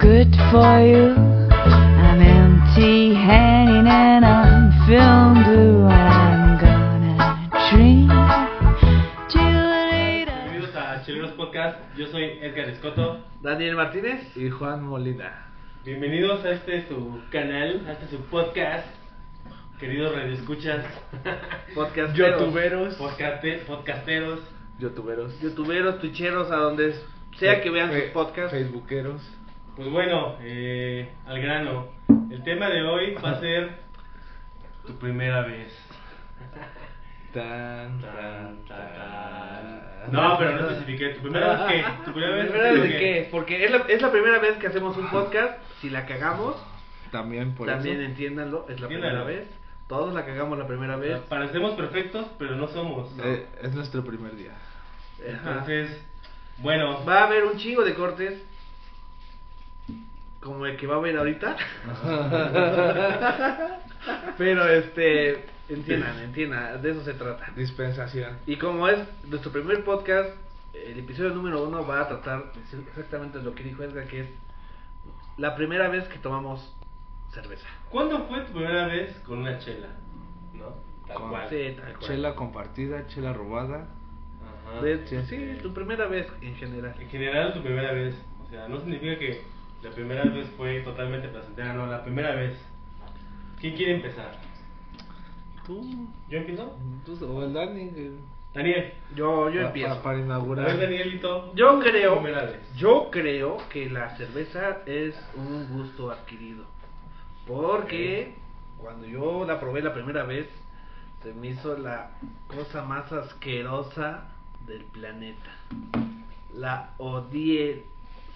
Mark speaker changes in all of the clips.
Speaker 1: for you. I'm empty handed and I'm feeling blue. I'm gonna dream till later.
Speaker 2: Bienvenidos a Chilenos Podcast, yo soy Edgar Escoto.
Speaker 3: Daniel Martínez y Juan Molina.
Speaker 2: Bienvenidos a este su canal, a este su podcast, queridos radioescuchas,
Speaker 3: Podcasteros.
Speaker 4: Youtuberos.
Speaker 2: podcaste- podcasteros,
Speaker 3: Youtuberos.
Speaker 4: Youtuberos, twitcheros, a donde sea que vean sus
Speaker 3: Fe-
Speaker 4: podcasts.
Speaker 3: Facebookeros.
Speaker 2: Pues bueno, eh, al grano. El tema de hoy va a ser tu primera vez. Tan,
Speaker 3: Tan, tan,
Speaker 2: tan.
Speaker 3: tan.
Speaker 2: No, pero no especifiqué. ¿Tu primera vez qué? ¿Tu primera vez,
Speaker 4: ¿Primera vez de qué? Porque es la, es la primera vez que hacemos un podcast. Si la cagamos,
Speaker 3: También Ah. por
Speaker 4: también
Speaker 3: eso.
Speaker 4: entiéndanlo, es la
Speaker 2: Entiéndanlo.
Speaker 4: primera vez. Todos la cagamos la primera vez.
Speaker 2: Parecemos perfectos, pero no somos.
Speaker 3: Eh, es nuestro primer día.
Speaker 4: Ajá.
Speaker 2: Entonces, bueno,
Speaker 4: Va a haber un chingo de cortes. Como el que va a haber ahorita. Pero este, entiendan, entiendan, de eso se trata.
Speaker 3: Dispensación.
Speaker 4: Y como es nuestro primer podcast, el episodio número uno va a tratar de decir exactamente lo que dijo Edgar, que es la primera vez que tomamos cerveza.
Speaker 2: ¿cuándo fue tu primera vez con una chela? ¿No? Tal
Speaker 3: Con-
Speaker 2: cual.
Speaker 4: Sí, tal cual.
Speaker 3: Chela compartida, chela robada. Ah,
Speaker 2: Ajá.
Speaker 4: De- sí, tu primera vez en general.
Speaker 2: En general, tu primera vez. O sea, no significa que la primera vez fue totalmente placentera, no, la primera vez. ¿Quién quiere empezar?
Speaker 3: Tú.
Speaker 2: ¿Yo empiezo?
Speaker 4: Pues,
Speaker 3: tú o el Dani. que-
Speaker 2: Daniel.
Speaker 4: Yo, yo
Speaker 3: pa-
Speaker 4: empiezo.
Speaker 3: pa- Para
Speaker 2: A ver,
Speaker 3: inaugurar.
Speaker 2: Danielito.
Speaker 4: Yo
Speaker 2: tu
Speaker 4: creo,
Speaker 2: Primera vez.
Speaker 4: yo creo que la cerveza es un gusto adquirido. Porque cuando yo la probé la primera vez, se me hizo la cosa más asquerosa del planeta. La odié.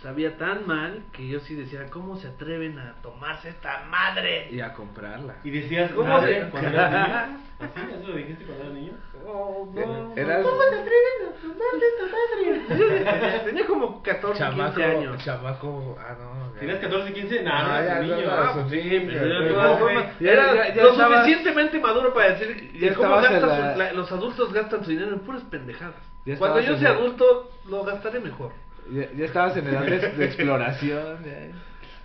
Speaker 4: Sabía tan mal que yo sí decía, ¿cómo se atreven a tomarse esta madre?
Speaker 3: Y a comprarla.
Speaker 2: Y decías,
Speaker 4: ¿Cómo
Speaker 2: ¿cómo
Speaker 4: se-
Speaker 2: cuando eras niño? ¿Así? ¿Eso lo dijiste cuando eras niño?
Speaker 4: Oh, no.
Speaker 3: Eras-
Speaker 4: ¿Cómo se atreven a tomarse esta madre? Tenía como 14, 15
Speaker 3: Chamaco.
Speaker 4: años.
Speaker 3: Chamaco. Ah, no. ya.
Speaker 2: ¿Tenías 14, 15? No, no
Speaker 3: Ah,
Speaker 2: eras
Speaker 3: ya,
Speaker 2: un
Speaker 3: no,
Speaker 2: niño.
Speaker 3: no,
Speaker 2: Ah,
Speaker 3: no,
Speaker 2: pues
Speaker 3: sí,
Speaker 2: sí,
Speaker 3: pero-
Speaker 2: pero-
Speaker 4: Pero de
Speaker 3: Pero-
Speaker 4: todas
Speaker 2: pero-
Speaker 4: formas,
Speaker 3: ya-
Speaker 4: Eh, era
Speaker 3: ya- ya
Speaker 4: lo
Speaker 3: estabas-
Speaker 4: suficientemente maduro para decir
Speaker 3: Ya
Speaker 4: cómo
Speaker 3: estabas en
Speaker 4: gastan
Speaker 3: la-
Speaker 4: sus- la- los adultos gastan su dinero en puras pendejadas.
Speaker 3: Ya
Speaker 4: Cuando
Speaker 3: estabas
Speaker 4: yo
Speaker 3: en
Speaker 4: sea
Speaker 3: la-
Speaker 4: adulto, lo gastaré mejor.
Speaker 3: Ya, ya estabas en edad de, de exploración. ya.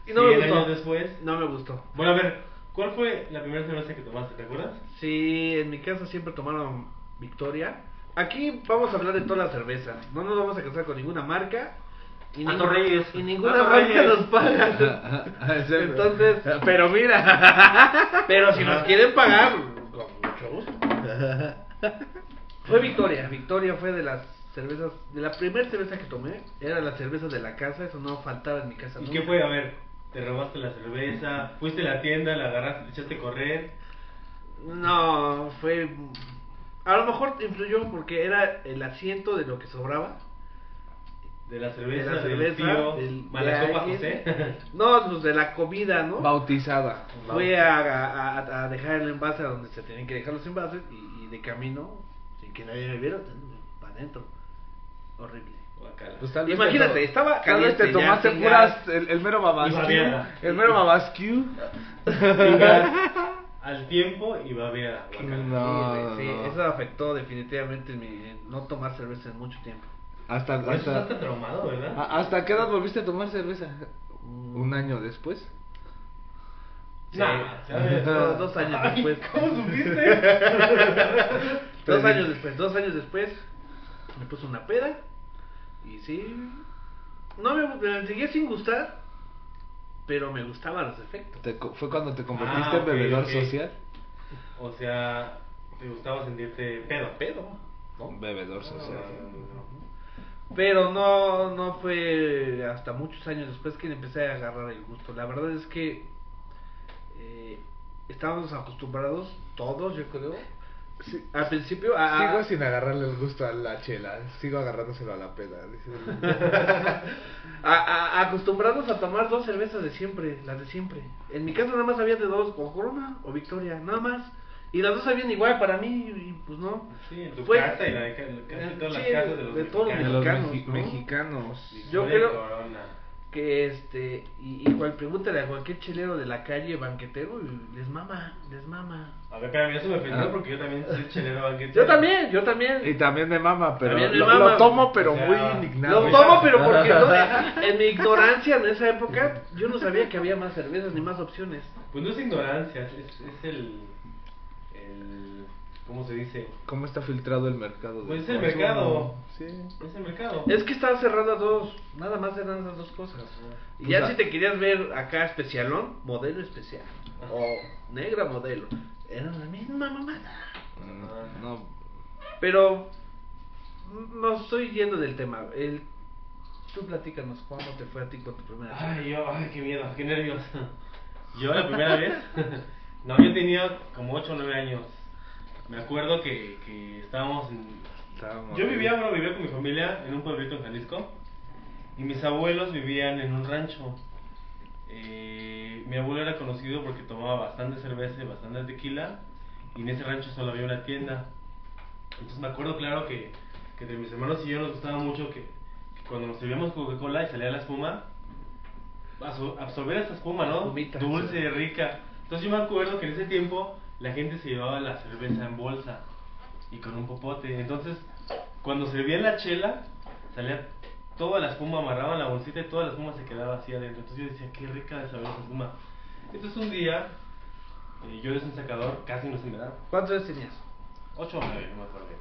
Speaker 4: Y no me
Speaker 2: Cien
Speaker 4: gustó.
Speaker 2: años después.
Speaker 4: No me gustó.
Speaker 2: Bueno, a ver, ¿cuál fue la primera cerveza que tomaste? ¿Te acuerdas?
Speaker 4: Sí, en mi casa siempre tomaron Victoria. Aquí vamos a hablar de todas las cervezas. No nos vamos a casar con ninguna marca. Y,
Speaker 2: Pato
Speaker 4: ningún-
Speaker 2: Reyes.
Speaker 4: y ninguna
Speaker 2: Pato
Speaker 4: marca
Speaker 2: Reyes.
Speaker 4: nos paga. Entonces, pero mira. Pero si nos quieren pagar, con mucho gusto. Fue Victoria. Victoria fue de las cervezas, de la primera cerveza que tomé. Era la cerveza de la casa, eso no faltaba en mi casa.
Speaker 2: ¿Y
Speaker 4: nunca.
Speaker 2: qué fue? A ver, ¿te robaste la cerveza? ¿Fuiste a la tienda, la agarraste, te echaste a correr?
Speaker 4: No, fue. A lo mejor influyó porque era el asiento de lo que sobraba.
Speaker 2: De la cerveza,
Speaker 4: De la
Speaker 2: del
Speaker 4: cerveza,
Speaker 2: tío,
Speaker 4: del-
Speaker 2: Malacopa
Speaker 4: de
Speaker 2: José.
Speaker 4: No, pues de la comida, ¿no?
Speaker 3: Bautizada.
Speaker 4: Fui a, a- a- a dejar el envase a donde se tienen que dejar los envases y, y de camino, sin que nadie me viera, para adentro. Horrible.
Speaker 2: Guacala.
Speaker 3: Pues tal vez
Speaker 4: Imagínate,
Speaker 3: te to-
Speaker 4: estaba
Speaker 3: Tal vez te
Speaker 4: caliente ya,
Speaker 3: tomaste
Speaker 4: sin
Speaker 3: puras.
Speaker 4: gas.
Speaker 3: El, el mero
Speaker 2: Y
Speaker 3: babascu.
Speaker 2: babeada.
Speaker 3: El mero babascu.
Speaker 2: Chingas al tiempo y babeada. guacala.
Speaker 3: No,
Speaker 4: sí, güey, sí,
Speaker 3: no.
Speaker 4: eso afectó definitivamente mi en no tomar cerveza en mucho tiempo.
Speaker 3: Hasta,
Speaker 2: Por eso
Speaker 3: hasta,
Speaker 2: estás tan traumado, ¿verdad?
Speaker 3: a- Ah, ¿Hasta qué edad volviste a tomar cerveza?
Speaker 2: Mm.
Speaker 3: ¿Un año después?
Speaker 4: Sí.
Speaker 2: Nah, ¿sabes?
Speaker 4: dos, dos años
Speaker 2: Ay,
Speaker 4: después.
Speaker 2: ¿Cómo supiste?
Speaker 4: Dos
Speaker 3: Pero-
Speaker 4: años después, dos años después me puse una peda y sí, no me, me seguía sin gustar, pero me gustaban los efectos.
Speaker 3: Te co- ¿Fue cuando te convertiste
Speaker 2: Ah,
Speaker 3: en
Speaker 2: ok,
Speaker 3: bebedor
Speaker 2: ok.
Speaker 3: social?
Speaker 2: O sea, te gustaba sentirte pedo.
Speaker 4: Pedo.
Speaker 3: Bebedor
Speaker 2: O
Speaker 3: social.
Speaker 2: sea,
Speaker 4: Pero no, no fue hasta muchos años después que le empecé a agarrar el gusto. La verdad es que eh, estábamos acostumbrados, todos yo creo,
Speaker 3: Sí,
Speaker 4: al principio a...
Speaker 2: Ah.
Speaker 4: a-
Speaker 3: Sigo sin agarrarle el gusto a la chela. Sigo agarrándoselo a la peda.
Speaker 4: A, a- acostumbrados a tomar dos cervezas de siempre, las de siempre. En mi casa nada más había de dos, o Corona o Victoria, nada más. Y las dos sabían igual para mí, y pues no.
Speaker 2: Sí, en tu
Speaker 4: Fue-
Speaker 2: casa y la de ca- casi todas las
Speaker 4: Sí,
Speaker 2: casas de los
Speaker 4: de todos los
Speaker 2: mexicanos.
Speaker 4: mexicanos, ¿no?
Speaker 3: mexicanos.
Speaker 4: Yo
Speaker 2: Victoria
Speaker 4: creo-
Speaker 2: Corona.
Speaker 4: que este, y, y cual, pregúntale a cualquier chilero de la calle banquetero y les mama, les mama.
Speaker 2: A ver, espérame, eso me ofendió
Speaker 3: Ah.
Speaker 2: porque yo también soy chelero banquetero.
Speaker 4: Yo también, yo también.
Speaker 3: Y también me mama, pero
Speaker 4: También me
Speaker 3: lo,
Speaker 4: mama.
Speaker 3: lo tomo, pero
Speaker 2: O sea,
Speaker 3: muy indignado.
Speaker 4: Lo tomo, pero porque no- en mi ignorancia en esa época yo no sabía que había más cervezas ni más opciones.
Speaker 2: Pues no es ignorancia, es, es- es el, el. ¿Cómo se dice?
Speaker 3: ¿Cómo está filtrado el mercado? del
Speaker 2: Pues es el
Speaker 3: consumo?
Speaker 2: mercado.
Speaker 3: Sí.
Speaker 2: Es el mercado.
Speaker 4: Es que estaba cerrado a dos, nada más eran esas dos cosas. Y
Speaker 3: Pues
Speaker 4: ya
Speaker 3: la-
Speaker 4: si te querías ver acá especialón, modelo especial o negra modelo, era la misma mamada.
Speaker 3: Mm, No,
Speaker 4: Pero no estoy yendo del tema. El, tú platícanos cómo te fue a ti con tu primera
Speaker 2: Ah. Ay, yo, ay, qué miedo, qué nervios. Yo la primera vez, no, yo tenía como 8 o 9 años. Me acuerdo que, que estábamos en-
Speaker 3: estábamos
Speaker 2: Yo
Speaker 3: ahí.
Speaker 2: vivía, bueno, vivía con mi familia en un pueblito en Jalisco y mis abuelos vivían en un rancho. Eh, mi abuelo era conocido porque tomaba bastante cerveza y bastante tequila y en ese rancho solo había una tienda. Entonces me acuerdo claro que, que entre mis hermanos y yo nos gustaba mucho que, que cuando nos servíamos Coca-Cola y salía la espuma, absor- absorber esa espuma, ¿no?
Speaker 4: Espumita,
Speaker 2: Dulce,
Speaker 4: sí.
Speaker 2: rica. Entonces yo me acuerdo que en ese tiempo la gente se llevaba la cerveza en bolsa y con un popote. Entonces, cuando servía la chela, salía toda la espuma, amarraban la bolsita y toda la espuma se quedaba así adentro. Entonces yo decía, qué rica de saber esa espuma. Entonces un día, eh, yo desde un sacador, casi no se me da,
Speaker 4: ¿Cuántos años tenías?
Speaker 2: 8 o 9, no me acuerdo bien.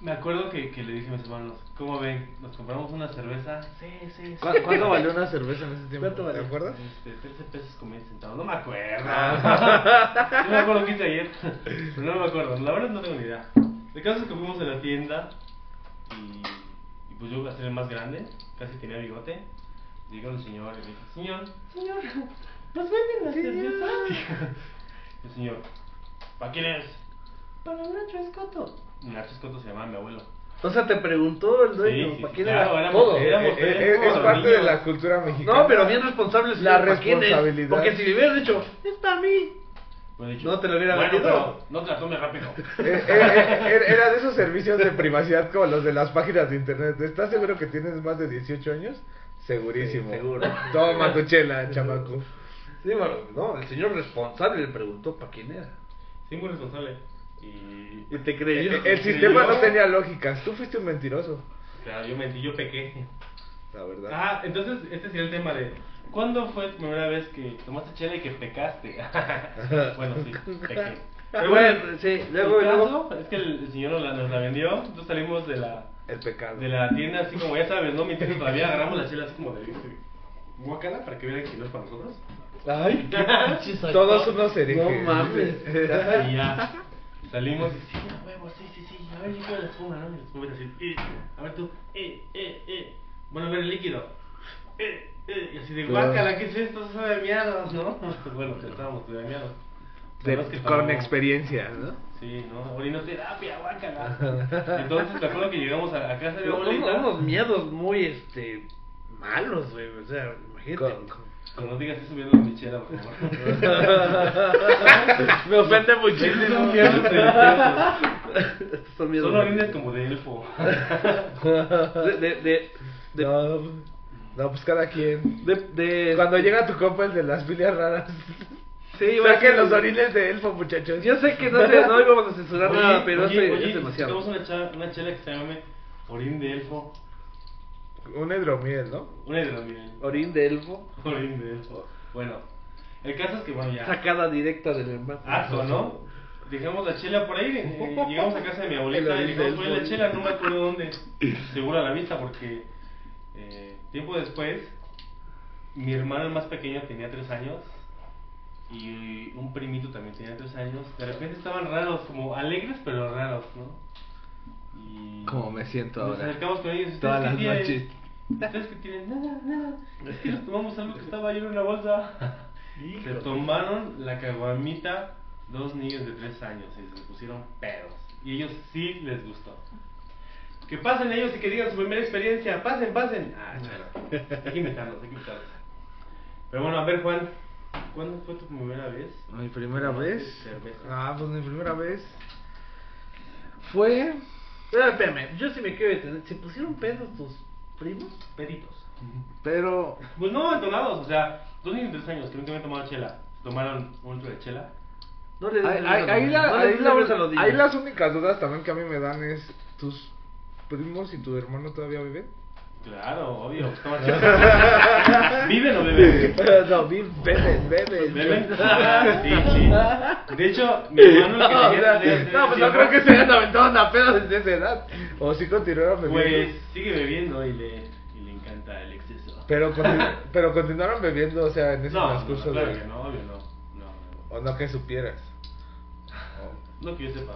Speaker 2: Me acuerdo que, que le dije a mis hermanos, ¿cómo ven? ¿Nos compramos una cerveza? Sí, sí, sí.
Speaker 3: ¿Cu- ¿Cuánto valió una cerveza en ese tiempo?
Speaker 4: ¿Cuánto valió?
Speaker 3: ¿Te acuerdas?
Speaker 2: Este, 13 pesos con 20 centavos, no me acuerdo.
Speaker 4: Ah.
Speaker 2: no me acuerdo qué hice ayer, pero no me acuerdo. La verdad no tengo ni idea. El caso es que fuimos a la tienda y, y pues yo a ser el más grande, casi tenía bigote. Llega un señor y le dije, señor, señor, ¿nos venden la cerveza? El señor, ¿para quién es? Para Nacho Escoto. Nacho Escoto se llamaba mi abuelo.
Speaker 4: O sea, te preguntó el dueño,
Speaker 2: sí,
Speaker 4: ¿para
Speaker 2: sí,
Speaker 4: quién
Speaker 2: claro,
Speaker 4: era?
Speaker 2: éramos-
Speaker 4: Todo.
Speaker 2: éramos-
Speaker 3: Eh, eh, es,
Speaker 2: Los
Speaker 3: parte de
Speaker 2: niños.
Speaker 3: la cultura mexicana.
Speaker 4: No, pero bien responsable es
Speaker 3: La
Speaker 4: ¿para quién es?
Speaker 3: responsabilidad.
Speaker 4: Porque si le hubieras dicho, es para mí.
Speaker 2: Me ha dicho,
Speaker 4: No te lo hubiera
Speaker 2: "Bueno,
Speaker 4: vendido".
Speaker 2: pero No te la tomes rápido.
Speaker 3: Eh, eh, eh, era de esos servicios de privacidad como los de las páginas de internet. ¿Estás seguro que tienes más de 18 años? Segurísimo.
Speaker 4: Sí, seguro.
Speaker 3: Toma tu chela, chamaco.
Speaker 4: Sí, bueno, no, el señor responsable le preguntó para quién era.
Speaker 2: Sí, muy responsable. Y.
Speaker 4: Y te
Speaker 3: Eh,
Speaker 4: creyó.
Speaker 3: eh, El sistema
Speaker 2: yo-
Speaker 3: no tenía lógicas. Tú fuiste un mentiroso,
Speaker 2: Claro, yo mentí, yo pequé.
Speaker 3: la verdad.
Speaker 2: Ah, entonces este sería el tema de. ¿Cuándo fue tu primera vez que tomaste chela y que pecaste? bueno, sí, pequé. Pero bueno,
Speaker 4: sí,
Speaker 2: el
Speaker 4: luego, luego.
Speaker 2: caso es que el, el señor nos la, nos la vendió, entonces salimos de la,
Speaker 3: El pecado.
Speaker 2: de la tienda así como ya sabes, ¿no? Mientras todavía agarramos la chela así como de. Guacala, para que vean que no es para nosotros.
Speaker 3: Ay, todos unos herejes.
Speaker 4: No mames.
Speaker 2: Y ya salimos y sí, a huevo, sí, sí, sí. A ver, yo quiero la espuma, ¿no? Y la espuma era así, eh, a ver tú, eh, eh, eh. Bueno, a ver el líquido. Eh, eh. Y así de
Speaker 3: Claro.
Speaker 2: guácala, ¿qué es esto? Sabe a miados, ¿no? Pues bueno, estábamos de miados.
Speaker 3: De-
Speaker 2: Además que
Speaker 3: con
Speaker 2: estábamos-
Speaker 3: experiencia, ¿no?
Speaker 2: Sí, ¿no? Orinoterapia, guácala. Entonces, me acuerdo que llegamos a, a casa de mi
Speaker 4: Pero unos,
Speaker 2: abuelita.
Speaker 4: unos miedos muy, este, malos, güey. O sea, imagínate.
Speaker 3: Con- con-
Speaker 2: Cuando no digas eso, viendo mi chela, por favor.
Speaker 4: Me ofende muchísimo.
Speaker 2: Esos son miedos religiosos.
Speaker 4: Estos son miedos.
Speaker 2: Son orines como de elfo.
Speaker 4: De, de, de, de,
Speaker 3: No, no, pues cada quien.
Speaker 4: de, de-
Speaker 3: Cuando llega tu compa el de las filias raras,
Speaker 4: Sí, güey,
Speaker 3: saquen
Speaker 4: sí.
Speaker 3: los orines de elfo, muchachos.
Speaker 4: Yo sé que no, sé, no íbamos a censurar
Speaker 2: Oye,
Speaker 4: nada, pero
Speaker 2: oye,
Speaker 4: es,
Speaker 2: oye,
Speaker 4: es demasiado.
Speaker 2: Tenemos una, cha- una chela que se llama Orín de Elfo.
Speaker 3: Un hidromiel, ¿no?
Speaker 2: Una hidromiel.
Speaker 4: Orín de elfo,
Speaker 2: Orín de Elfo. Bueno, el caso es que, bueno, ya.
Speaker 4: sacada directa del hermano.
Speaker 3: Ah,
Speaker 2: Ajo, ¿no? Dejamos Ah, la chela por ahí. eh, llegamos a casa de mi abuelita y
Speaker 3: El Orín de
Speaker 2: dijimos, "Oye, la
Speaker 3: Elfo".
Speaker 2: chela, no me acuerdo dónde. Seguro a la vista, porque eh, tiempo después, mi hermano el más pequeño tenía tres años. Y un primito también tenía tres años. De repente estaban raros, como alegres, pero raros, ¿no? Y...
Speaker 3: Como me siento
Speaker 2: Nos
Speaker 3: ahora.
Speaker 2: acercamos con ellos.
Speaker 3: Todas las
Speaker 2: ¿ustedes qué
Speaker 3: noches.
Speaker 2: tienen? ¿Ustedes que tienen? Nada, nada. Es que nos tomamos algo que estaba ahí en una bolsa. Se tomaron la caguamita dos niños de tres años y se pusieron pedos. Y ellos sí les gustó. Que pasen ellos y que digan su primera experiencia. Pasen, pasen. Ah, chala. Hay que invitarlos, hay que invitarlos. Pero bueno, a ver, Juan. ¿Cuándo fue tu primera vez?
Speaker 3: Mi primera
Speaker 2: No,
Speaker 3: vez.
Speaker 2: sí, cerveza.
Speaker 3: Ah, pues mi primera vez. Fue.
Speaker 4: Espérame, espérame, yo sí me quiero detener. ¿Se pusieron pedos tus ¿Primos?
Speaker 2: Peritos.
Speaker 4: Pero.
Speaker 2: Pues no, entonados, o sea, dos niños de tres años que nunca habían tomado chela, tomaron un litro de chela.
Speaker 4: No le des
Speaker 3: Ahí,
Speaker 4: besos a los
Speaker 3: ahí- ahí
Speaker 4: niños,
Speaker 3: la-
Speaker 4: no le
Speaker 3: ahí
Speaker 4: des
Speaker 3: la-
Speaker 4: besos a los niños.
Speaker 3: ahí las únicas dudas también que a mí me dan es: ¿tus primos y tu hermano todavía beben?
Speaker 2: Claro, obvio, pues toman chela. ¿Viven o beben?
Speaker 3: no, beben, beben, beben.
Speaker 2: Pues ¿Beben? Ah, Sí, sí. De hecho, mi hermano el que
Speaker 3: No,
Speaker 2: tenía tres- tres
Speaker 3: o sea, no, pues no
Speaker 2: hijos,
Speaker 3: creo que se hayan aventado una peda desde esa edad. O si continuaron bebiendo.
Speaker 2: Pues sigue bebiendo y le, y le encanta el exceso.
Speaker 3: Pero, continu- pero continuaron bebiendo, o sea, en ese
Speaker 2: No, no,
Speaker 3: transcurso
Speaker 2: no, claro
Speaker 3: de-
Speaker 2: que no, obvio no. No, no,
Speaker 3: O no que supieras. Oh.
Speaker 2: no. No que yo sepa.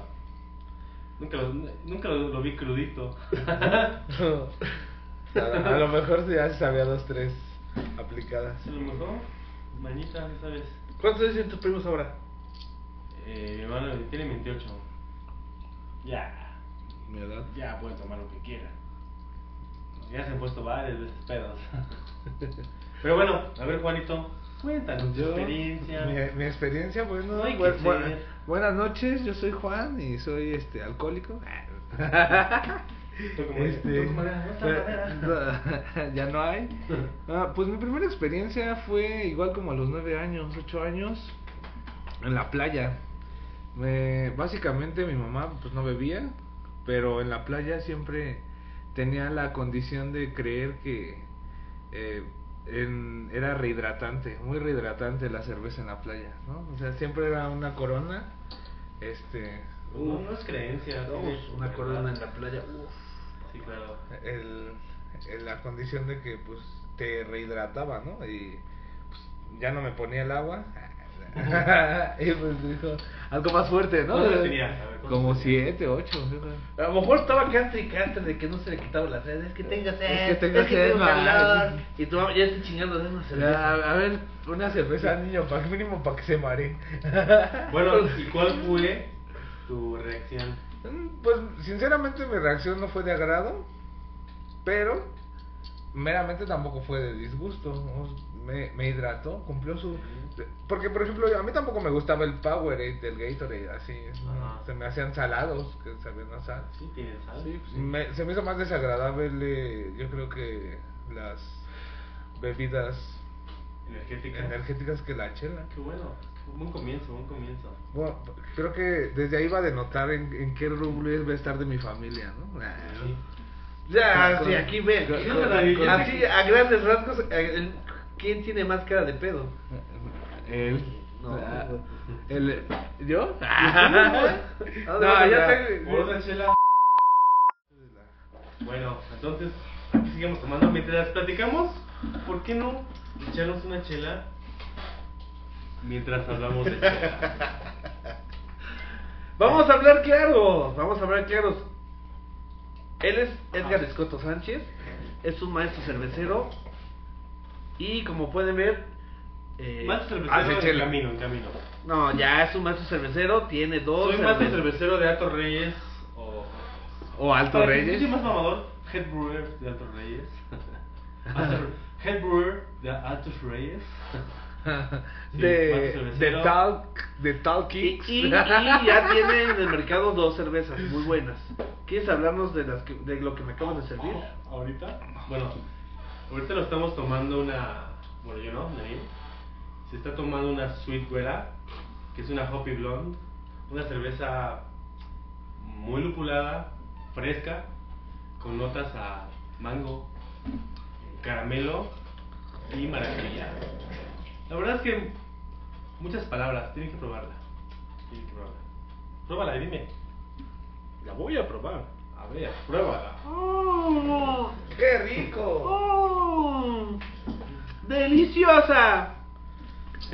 Speaker 2: Nunca, lo- nunca lo, lo vi crudito.
Speaker 3: a, a lo mejor ya se sabía dos, tres aplicadas.
Speaker 2: Se lo mejor, mañita, ya sabes.
Speaker 4: ¿Cuántos años tienen tus primos ahora?
Speaker 2: Eh, mi hermano tiene 28. Ya,
Speaker 3: Mi edad.
Speaker 2: ya pueden tomar lo que quieran. Ya se han puesto varias veces pedos. Pero bueno, a ver Juanito, cuéntanos tu experiencia.
Speaker 3: Mi, mi experiencia, bueno,
Speaker 2: No hay que
Speaker 3: buen-
Speaker 2: ser.
Speaker 3: buen- buenas noches, yo soy Juan y soy este alcohólico.
Speaker 2: Tú como-
Speaker 3: Este,
Speaker 2: tú como eras, no está
Speaker 3: pero-
Speaker 2: madera.
Speaker 3: ya no hay. Ah, pues mi primera experiencia fue igual como a los nueve años, ocho años, en la playa. Me- básicamente mi mamá pues no bebía, pero en la playa siempre tenía la condición de creer que eh, en- era rehidratante, muy rehidratante la cerveza en la playa, ¿no? O sea, siempre era una corona, este,
Speaker 2: No, no es creencia.
Speaker 4: Vamos,
Speaker 2: tiene-
Speaker 4: pues, una corona en la playa. Uf.
Speaker 2: Sí, claro.
Speaker 3: el, el- la condición de que pues te rehidrataba, ¿no? Y pues, ya no me ponía el agua. y pues dijo, algo más fuerte, ¿no?
Speaker 2: ¿Cuántos tenías? A ver, Ah, ¿cuántos
Speaker 3: Como
Speaker 2: tenías?
Speaker 3: siete, ocho. yo creo.
Speaker 4: A lo mejor estaba castre y castre de que no se le quitaba la sed. Es que tenga sed.
Speaker 3: Es que tengo sed, ma.
Speaker 4: calor. Y tú ya estás chingando de una cerveza.
Speaker 3: A, a ver, una cerveza, niño, para mínimo para que se maree.
Speaker 2: Bueno, ¿y cuál fue tu reacción?
Speaker 3: Mm, Pues sinceramente mi reacción no fue de agrado, pero meramente tampoco fue de disgusto. ¿no? Me, me hidrató, cumplió su... Porque por ejemplo a mí tampoco me gustaba el Powerade, el Gatorade, así. ¿no?
Speaker 2: Ajá.
Speaker 3: Se me hacían salados, que sabían a sal.
Speaker 2: Sí, tienes algo.
Speaker 3: pues, Me- se me hizo más desagradable, yo creo que las bebidas
Speaker 2: Energética.
Speaker 3: energéticas que la chela.
Speaker 2: Qué bueno. Buen comienzo, buen comienzo.
Speaker 3: Bueno, creo que desde ahí va a denotar en, en qué rublo es estar de mi familia, ¿no? Ah,
Speaker 2: Sí.
Speaker 4: Ya,
Speaker 3: Con-
Speaker 4: sí, aquí ven.
Speaker 3: con-
Speaker 2: con- con-
Speaker 4: Así, a grandes rasgos, eh, el- ¿quién tiene más cara de pedo?
Speaker 3: Él.
Speaker 4: No.
Speaker 3: Ah, el- ¿Yo?
Speaker 4: No,
Speaker 3: no, ya
Speaker 4: ya.
Speaker 3: tengo-
Speaker 2: Por otra chela. Bueno, entonces, aquí sigamos tomando mientras platicamos. ¿Por qué no echarnos una chela mientras hablamos de chela?
Speaker 4: Vamos a hablar claro, vamos a hablar claros. Él es Edgar Escoto Sánchez, es un maestro cervecero y como pueden ver... eh,
Speaker 2: Más
Speaker 3: Hace
Speaker 2: cervecero en
Speaker 3: Ah, chela.
Speaker 2: camino, en camino.
Speaker 4: no, ya es un maestro cervecero, tiene dos...
Speaker 2: Soy más
Speaker 4: cerve-
Speaker 2: cervecero de Alto Reyes o...
Speaker 3: O Alto
Speaker 2: Para que
Speaker 3: Reyes.
Speaker 2: Yo soy más mamador, Head Brewer de Alto Reyes. Alto- Head Brewer de Alto Reyes. Sí,
Speaker 3: de,
Speaker 2: más
Speaker 3: de
Speaker 2: cervecero.
Speaker 3: Talk. De Talk
Speaker 4: Y,
Speaker 3: Kicks.
Speaker 4: y- y ya tiene en el mercado dos cervezas muy buenas. ¿Quieres hablarnos de, las que- de lo que me acabas de servir?
Speaker 2: Ah, Ahorita, bueno, ahorita lo estamos tomando una. Bueno, yo no, Daniel. Se está tomando una Sweet Guera, que es una Hoppy Blonde. Una cerveza muy lupulada, fresca, con notas a mango, caramelo y maracuyá. La verdad es que muchas palabras, tienen que probarla. Tienen que probarla. Pruébala y dime.
Speaker 4: La voy a probar.
Speaker 2: A ver, pruébala.
Speaker 3: ¡Qué rico!
Speaker 4: ¡Oh! ¡Deliciosa!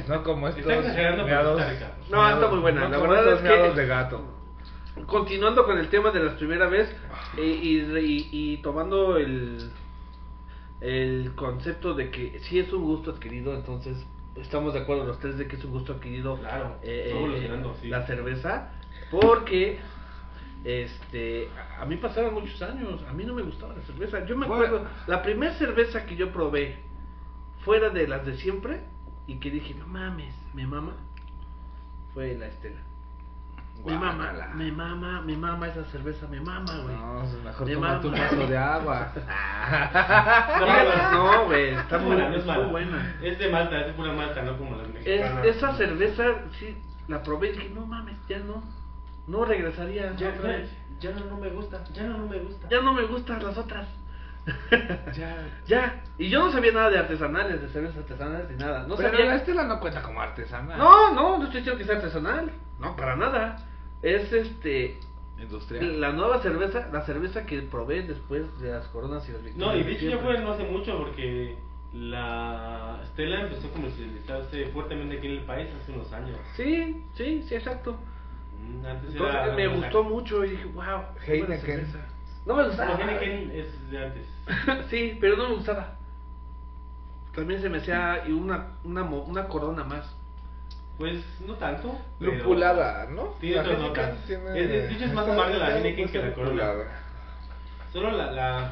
Speaker 3: No como estos
Speaker 2: Está exagerando, pero
Speaker 3: meados.
Speaker 2: está rica.
Speaker 4: No,
Speaker 3: meados-
Speaker 4: está muy buena.
Speaker 3: no
Speaker 4: La
Speaker 3: como
Speaker 4: verdad
Speaker 3: estos
Speaker 4: es que-
Speaker 3: meados de gato.
Speaker 4: Continuando con el tema de las primeras veces eh, y, y- y tomando el, el concepto de que si es un gusto adquirido, entonces estamos de acuerdo los tres de que es un gusto adquirido eh,
Speaker 2: Claro, va evolucionando, sí.
Speaker 4: la cerveza, porque este a mí pasaron muchos años, a mí no me gustaba la cerveza. Yo me
Speaker 3: Bueno.
Speaker 4: acuerdo, la primera cerveza que yo probé fuera de las de siempre y que dije, no mames, me mama, fue la Estela. Mi
Speaker 3: Guácala.
Speaker 4: mamá, mi mamá, mi mamá, esa cerveza me mama, güey.
Speaker 3: No, pues mejor
Speaker 4: Me
Speaker 3: tomate un
Speaker 4: mama.
Speaker 3: vaso de agua.
Speaker 4: Fíjate, no, güey, está
Speaker 2: Es
Speaker 4: muy,
Speaker 2: mala, no es
Speaker 4: muy
Speaker 2: mala.
Speaker 4: buena.
Speaker 2: Es de Malta, es de pura Malta, no como las mexicanas.
Speaker 4: Es- esa cerveza, sí, la probé y dije, no mames, ya no. No regresaría.
Speaker 2: Ya,
Speaker 4: otra
Speaker 2: ya,
Speaker 4: vez.
Speaker 2: ya no, no me gusta, ya no, no me gusta.
Speaker 4: Ya no me gustan las otras.
Speaker 3: Ya.
Speaker 4: ya. Y yo no sabía nada de artesanales, de cervezas artesanales ni nada. No
Speaker 3: Pero
Speaker 4: sabía.
Speaker 3: la Estela no cuenta como artesana.
Speaker 4: No, no, no estoy diciendo que sea artesanal. No, para nada. Es este.
Speaker 3: Industrial.
Speaker 4: La nueva cerveza, la cerveza que probé después de las coronas y las victorias.
Speaker 2: No, y de hecho ya
Speaker 4: siempre.
Speaker 2: fue no hace mucho porque la Stella empezó a comercializarse fuertemente aquí en el país hace unos años.
Speaker 4: Sí, sí, sí, exacto.
Speaker 2: Mm, Antes
Speaker 4: Entonces
Speaker 2: era,
Speaker 4: me gustó mucho y dije, wow.
Speaker 3: Heineken.
Speaker 4: No me
Speaker 2: No,
Speaker 4: gustaba.
Speaker 2: Heineken es de antes.
Speaker 4: sí, pero no me gustaba. También se me hacía y una, una, mo- una corona más.
Speaker 2: Pues no tanto. pero-
Speaker 3: Lupulada, ¿no?
Speaker 2: Tiene
Speaker 3: La
Speaker 2: otras
Speaker 3: gente
Speaker 2: notas.
Speaker 3: casi tiene-
Speaker 2: Es de- de hecho, es más
Speaker 3: está-
Speaker 2: amarga la
Speaker 3: está
Speaker 2: Heineken
Speaker 3: puesta
Speaker 2: que la Corona.
Speaker 3: lupulada.
Speaker 2: Solo la, la,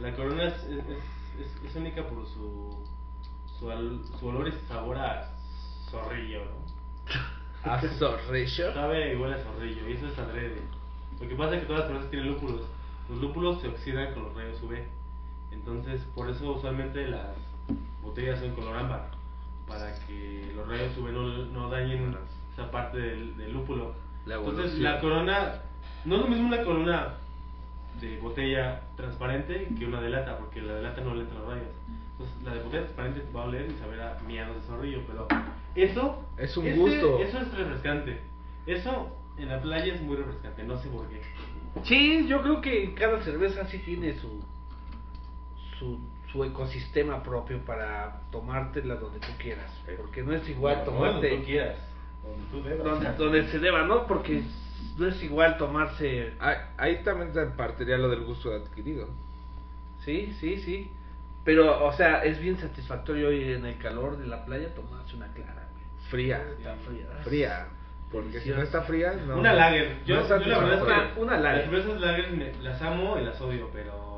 Speaker 2: la corona es, es, es- es única por su, su, al- su olor y sabor a zorrillo, ¿no? Ah,
Speaker 3: Azorrillo.
Speaker 2: Sabe igual a zorrillo y eso es adrede. Lo que pasa es que todas las cervezas tienen lúpulos. Los lúpulos se oxidan con los rayos UV. Entonces, por eso usualmente las botellas son color ámbar. Para que los rayos UV no, no dañen esa parte del, del lúpulo.
Speaker 3: La
Speaker 2: Entonces,
Speaker 3: evolución.
Speaker 2: la corona. No es lo mismo una corona de botella transparente que una de lata, porque la de lata no le entran rayos. Entonces, la de botella transparente va a oler y saber a miados de zorrillo, pero eso.
Speaker 3: Es un gusto.
Speaker 2: Eso es refrescante. Eso en la playa es muy refrescante, no sé por qué.
Speaker 4: Sí, yo creo que cada cerveza sí tiene su su, su ecosistema propio para tomártela donde tú quieras. Porque no es igual
Speaker 2: No, donde tú
Speaker 4: tomarte
Speaker 2: quieras, donde tú debas.
Speaker 4: donde, donde se deba, ¿no? Porque no es igual tomarse.
Speaker 3: Ahí, ahí también te partiría lo del gusto adquirido.
Speaker 4: Sí, sí, sí. Pero, o sea, es bien satisfactorio hoy en el calor de la playa tomarse una clara. güey.
Speaker 3: Fría.
Speaker 4: Está fría.
Speaker 3: Fría. Porque si no está fría, no.
Speaker 2: Una lager. Yo,
Speaker 3: no es
Speaker 2: yo la verdad es
Speaker 3: satisfactorio.
Speaker 2: que
Speaker 4: Una- una lager.
Speaker 2: Las cervezas lager me- las amo y las odio, pero.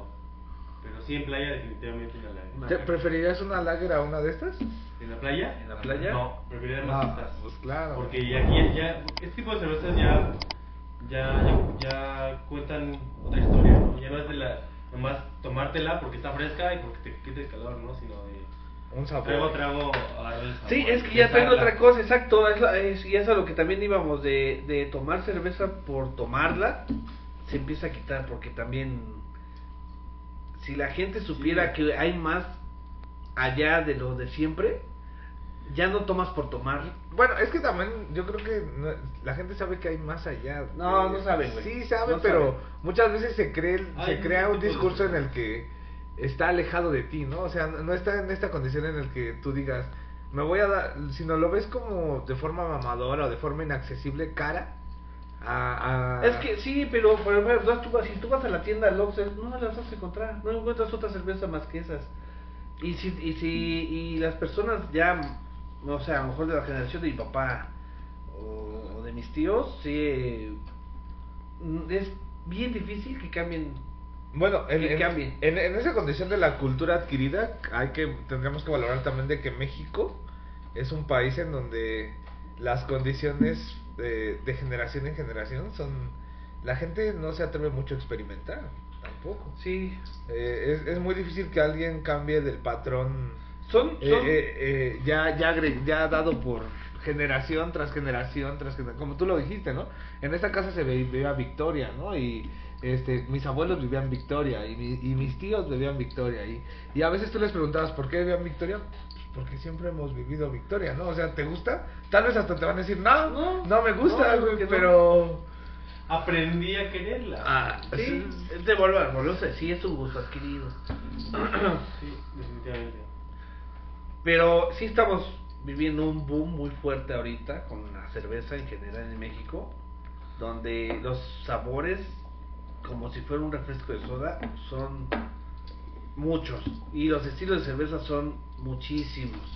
Speaker 2: Pero sí en playa, definitivamente una lager.
Speaker 4: Una-
Speaker 3: ¿Te preferirías una lager a una de estas?
Speaker 2: ¿En la playa?
Speaker 4: ¿En la playa?
Speaker 2: No, preferiría más
Speaker 3: No,
Speaker 2: estas.
Speaker 3: pues claro.
Speaker 2: Porque ya aquí, ya, este tipo de cervezas ya, ya, ya, ya cuentan otra historia, ¿no? Ya no es de la, nomás tomártela porque está fresca y porque te quita el calor, ¿no? Sino de
Speaker 3: Un sabor.
Speaker 2: trago a trago agarrar el sabor.
Speaker 4: Sí, es que ya tengo
Speaker 2: pensarla.
Speaker 4: otra cosa, exacto. Es, la- es- y eso es lo que también íbamos de, de tomar cerveza por tomarla, se empieza a quitar porque también si la gente supiera que hay más allá de lo de siempre, ya no tomas por tomar.
Speaker 3: Bueno, es que también yo creo que no- la gente sabe que hay más allá.
Speaker 4: No,
Speaker 3: de-
Speaker 4: no saben, güey.
Speaker 3: Sí, sabe,
Speaker 4: No
Speaker 3: pero
Speaker 4: saben.
Speaker 3: muchas veces se cree, el-
Speaker 2: Hay
Speaker 3: se crea
Speaker 2: muchos tipos
Speaker 3: un
Speaker 2: de
Speaker 3: discurso en
Speaker 2: personas.
Speaker 3: el que está alejado de ti, ¿no? O sea, no no está en esta condición en el que tú digas, me voy a dar, sino lo ves como de forma mamadora o de forma inaccesible, cara. A, a-
Speaker 4: Es que sí, pero por ejemplo, tú vas- si tú vas a la tienda Lux, no las vas a encontrar, no encuentras otra cerveza más que esas. Y si, y si y las personas ya, no sé, a lo mejor de la generación de mi papá o, o de mis tíos, sí, mm, es bien difícil que cambien.
Speaker 3: Bueno, en,
Speaker 4: que
Speaker 3: en-
Speaker 4: cambie.
Speaker 3: en- en esa condición de la cultura adquirida, hay que tendríamos que valorar también de que México es un país en donde las condiciones de, de generación en generación son... La gente no se atreve mucho a experimentar, tampoco.
Speaker 4: Sí,
Speaker 3: Eh, es, es muy difícil que alguien cambie del patrón
Speaker 4: son,
Speaker 3: eh,
Speaker 4: son-
Speaker 3: eh, eh, ya, ya, agre- ya dado por generación tras generación tras generación, como tú lo dijiste, ¿no? En esta casa se ve- vivía Victoria, ¿no? Y este, mis abuelos vivían Victoria y, mi- y mis tíos vivían Victoria. Y, y a veces tú les preguntabas, ¿por qué vivían Victoria? Pues porque siempre hemos vivido Victoria, ¿no? O sea, ¿te gusta? Tal vez hasta te van a decir, no,
Speaker 4: No,
Speaker 3: no, me gusta,
Speaker 4: no,
Speaker 3: güey",
Speaker 4: porque no.
Speaker 3: pero...
Speaker 2: Aprendí a quererla.
Speaker 3: Ah,
Speaker 4: sí, pues de volver, volver, sí es un gusto adquirido.
Speaker 2: Sí, definitivamente.
Speaker 4: Pero sí estamos viviendo un boom muy fuerte ahorita con la cerveza en general en México, donde los sabores, como si fuera un refresco de soda, son muchos. Y los estilos de cerveza son muchísimos.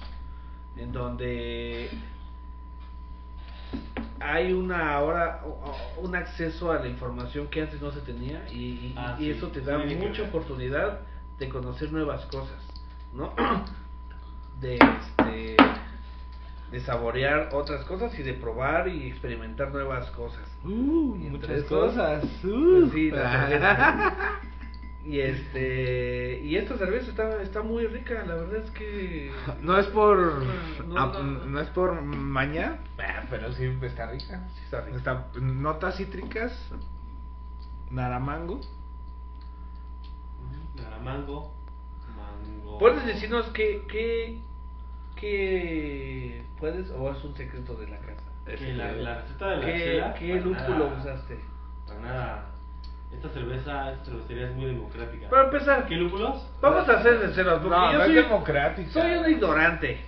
Speaker 4: En donde hay una ahora o- o- un acceso a la información que antes no se tenía y, y-
Speaker 2: Ah,
Speaker 4: y
Speaker 2: sí,
Speaker 4: eso te da
Speaker 2: sí,
Speaker 4: mucha
Speaker 2: claro.
Speaker 4: oportunidad de conocer nuevas cosas, ¿no? de este de saborear otras cosas y de probar y experimentar nuevas cosas.
Speaker 3: Uh,
Speaker 4: Y entre
Speaker 3: muchas
Speaker 4: esos,
Speaker 3: cosas. Uh.
Speaker 4: pues sí, la cerveza. Y este y esta cerveza está, está muy rica, la verdad es que
Speaker 3: no es por
Speaker 4: No,
Speaker 3: ah,
Speaker 4: no, no.
Speaker 3: no es por maña,
Speaker 4: Ah,
Speaker 3: pero sí está rica.
Speaker 4: sí está rica.
Speaker 3: Está, notas cítricas, naramango.
Speaker 2: Naramango, mango.
Speaker 4: ¿Puedes decirnos qué qué qué puedes o es un secreto de la casa?
Speaker 2: que la, la receta de la
Speaker 4: ¿Qué,
Speaker 2: chela,
Speaker 4: qué
Speaker 2: para
Speaker 4: lúpulo
Speaker 2: nada-
Speaker 4: usaste?
Speaker 2: Para nada. Esta cerveza, esta cervecería es muy democrática.
Speaker 4: Para empezar,
Speaker 2: ¿Qué lúpulos?
Speaker 4: vamos a ser sinceros, porque
Speaker 3: No,
Speaker 4: yo
Speaker 3: no es
Speaker 4: soy,
Speaker 3: democrática.
Speaker 4: soy un ignorante.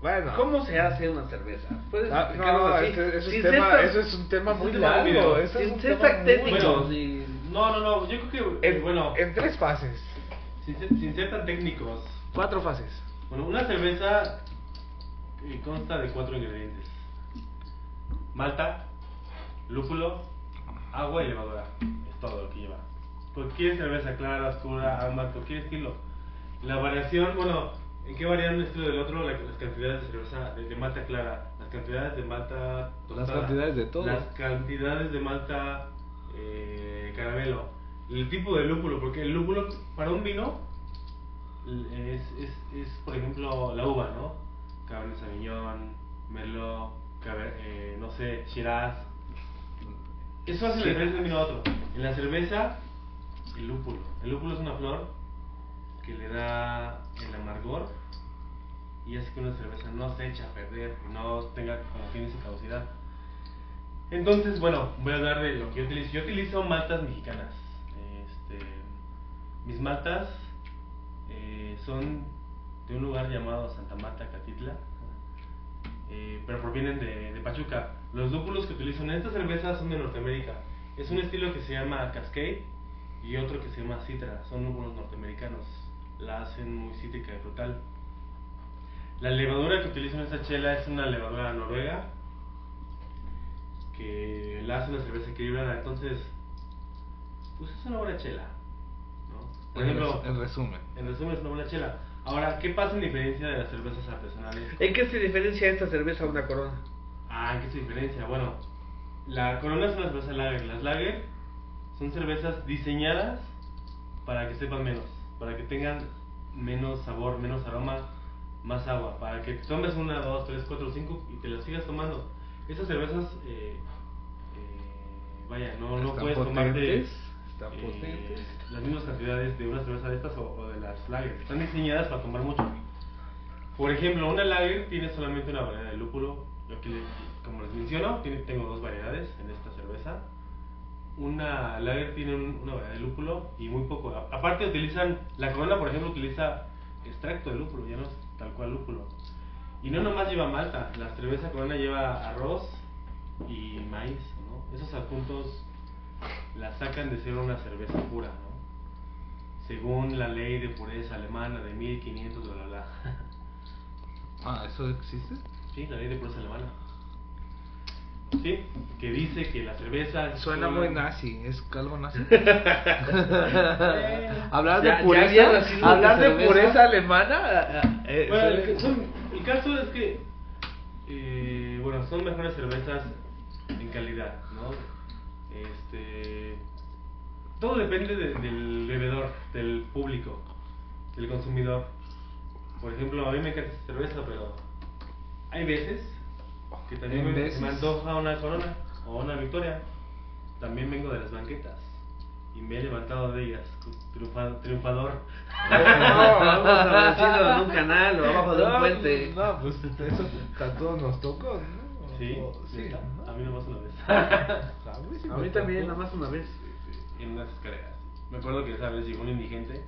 Speaker 3: Bueno.
Speaker 4: ¿Cómo se hace una cerveza? ¿Puedes
Speaker 3: Ah,
Speaker 4: explicarnos
Speaker 3: no,
Speaker 4: así?
Speaker 3: ese, ese es
Speaker 4: Sin
Speaker 3: tema-
Speaker 4: ser tan-
Speaker 3: ese es un tema
Speaker 2: sin
Speaker 3: muy
Speaker 2: ser tan
Speaker 3: largo.
Speaker 2: obvio,
Speaker 3: ese es
Speaker 4: sin
Speaker 3: un
Speaker 4: ser
Speaker 3: tema
Speaker 4: tan
Speaker 3: muy-
Speaker 4: técnico.
Speaker 2: Bueno,
Speaker 4: Sí.
Speaker 2: no, no, no, yo creo que, eh,
Speaker 3: En,
Speaker 2: bueno,
Speaker 3: en tres fases.
Speaker 2: sin, ser, sin ser tan técnicos,
Speaker 3: Cuatro fases.
Speaker 2: bueno, una cerveza eh, consta de cuatro ingredientes. Malta, lúpulo, agua y levadura. Es todo lo que lleva. Cualquier cerveza clara, oscura, ámbar, cualquier estilo. La variación, bueno, ¿en qué varía un estilo del otro? La- las cantidades de cerveza de, de malta clara, las cantidades de malta tostada,
Speaker 3: cantidades de todo.
Speaker 2: Las cantidades de malta eh, caramelo, el tipo de lúpulo, porque el lúpulo para un vino l- es, es, es, por ejemplo, la uva, ¿no? Cabernet Sauvignon, Merlot, Caber- eh, no sé, Shiraz, eso hace la diferencia de un vino a otro. En la cerveza, el lúpulo. El lúpulo es una flor que le da el amargor y hace que una cerveza no se eche a perder, no tenga como tiene su caducidad. Entonces, bueno, voy a hablar de lo que yo utilizo. Yo utilizo maltas mexicanas. Este, mis maltas eh, son de un lugar llamado Santa Marta, Catitla eh, pero provienen de, de Pachuca. Los lúpulos que utilizan en estas cervezas son de Norteamérica. Es un estilo que se llama Cascade y otro que se llama Citra. Son lúpulos norteamericanos. La hacen muy cítrica y frutal. La levadura que utilizan en esta chela es una levadura noruega que la hace una cerveza equilibrada. Entonces, pues es una buena chela. ¿no? Por
Speaker 3: En,
Speaker 2: ejemplo,
Speaker 3: res- en resumen.
Speaker 2: en resumen es una buena chela. Ahora, ¿qué pasa en diferencia de las cervezas artesanales?
Speaker 4: ¿En qué se diferencia esta cerveza a una corona?
Speaker 2: Ah, ¿en ¿qué se diferencia? Bueno, la Corona es una cerveza lager. Las lager son cervezas diseñadas para que sepan menos, para que tengan menos sabor, menos aroma, más agua, para que tomes una, dos, tres, cuatro, cinco y te las sigas tomando. Esas cervezas, eh, eh, vaya, no, no
Speaker 3: Están
Speaker 2: puedes tomarte
Speaker 3: potentes, están
Speaker 2: eh,
Speaker 3: potentes.
Speaker 2: las mismas cantidades de una cerveza de estas o, o de las lager. Están diseñadas para tomar mucho. Por ejemplo, una lager tiene solamente una variedad de lúpulo. Yo aquí le- como les menciono, tiene- tengo dos variedades en esta cerveza. Una lager tiene un- una variedad de lúpulo y muy poco. A- aparte utilizan, la corona por ejemplo utiliza extracto de lúpulo, ya no es tal cual lúpulo. Y no nomás lleva malta, la cerveza corona lleva arroz y maíz, ¿no? Esos adjuntos la sacan de ser una cerveza pura, ¿no? Según la ley de pureza alemana de 1500, bla, bla, bla.
Speaker 3: Ah, ¿eso existe?
Speaker 2: Sí, la ley de pureza alemana. Sí, que dice que la cerveza. es
Speaker 3: Suena
Speaker 2: solo-
Speaker 3: muy nazi, es algo nazi.
Speaker 2: Eh,
Speaker 3: hablar
Speaker 4: Ya-
Speaker 3: de
Speaker 4: ya
Speaker 3: pureza,
Speaker 4: había nacido la
Speaker 3: hablar de
Speaker 4: cerveza.
Speaker 3: pureza alemana. eh,
Speaker 2: Bueno, el,
Speaker 3: suele-
Speaker 2: que- son- el caso es que. eh, bueno, son mejores cervezas en calidad, ¿no? Este. Todo depende de- del bebedor, del público, del consumidor. Por ejemplo, a mí me encanta esta cerveza, pero. Hay veces que también
Speaker 3: En
Speaker 2: me,
Speaker 3: veces.
Speaker 2: me antoja una corona o una victoria. También vengo de las banquetas y me he levantado de ellas, triunfa- triunfador.
Speaker 4: No, vamos amanecido en un canal o abajo de un
Speaker 3: No,
Speaker 4: puente.
Speaker 3: No, pues eso a todos nos tocó, ¿no?
Speaker 2: Sí,
Speaker 3: O- Oh, sí,
Speaker 2: neta,
Speaker 3: ¿no?
Speaker 2: a mí nomás una vez.
Speaker 3: A mí, sí
Speaker 4: A
Speaker 3: me
Speaker 4: mí también,
Speaker 3: tocó.
Speaker 4: nada más una vez.
Speaker 2: en unas escaleras. Me acuerdo que esa vez llegó un indigente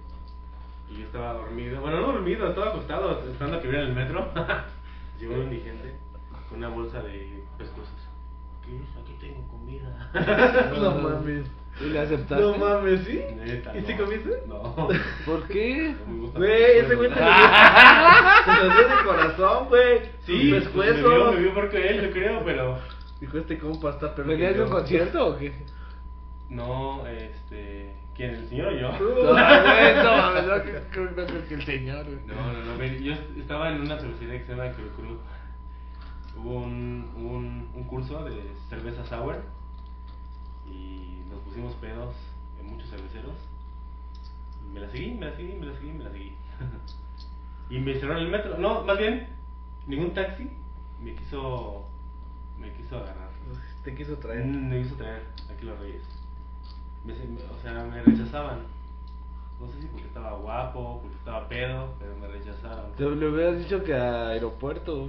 Speaker 2: y yo estaba dormido. Bueno, no dormido, estaba acostado, esperando que viera en el metro. llegó un indigente con una bolsa de pescosas. ¿Qué es? Aquí tengo comida.
Speaker 3: No mames. ¿Y le aceptaste?
Speaker 4: No mames, ¿sí?
Speaker 2: Neta,
Speaker 4: ¿Y
Speaker 2: no.
Speaker 4: sí comiste?
Speaker 2: No.
Speaker 3: ¿Por qué?
Speaker 2: No me gusta.
Speaker 4: Güey, ese güey te lo dio, te lo dio de corazón, güey.
Speaker 2: Sí,
Speaker 4: Sus
Speaker 2: pues me vio,
Speaker 4: pescuezos.
Speaker 2: me vio porque él, yo creo, pero...
Speaker 4: Dijo, este compa está perdido.
Speaker 3: ¿Venías de un concierto o qué?
Speaker 2: No, este... ¿Quién? ¿El señor o yo?
Speaker 3: No mames, no mames, no creo que- creo que el señor. güey.
Speaker 2: No, no, no, ven, yo estaba en una cervecería que se llama Crucru. hubo un, un, un curso de cerveza sour y nos pusimos pedos en muchos cerveceros. Y me la seguí, me la seguí, me la seguí, me la seguí. y me cerraron el metro. No, más bien, ningún taxi me quiso, me quiso agarrar.
Speaker 4: Uf, Te quiso traer.
Speaker 2: Mm, Me hizo traer aquí los reyes. Me se- me- o sea, me rechazaban. No sé si porque estaba guapo, porque estaba pedo, pero me rechazaron.
Speaker 5: Te le hubieras dicho que a aeropuerto.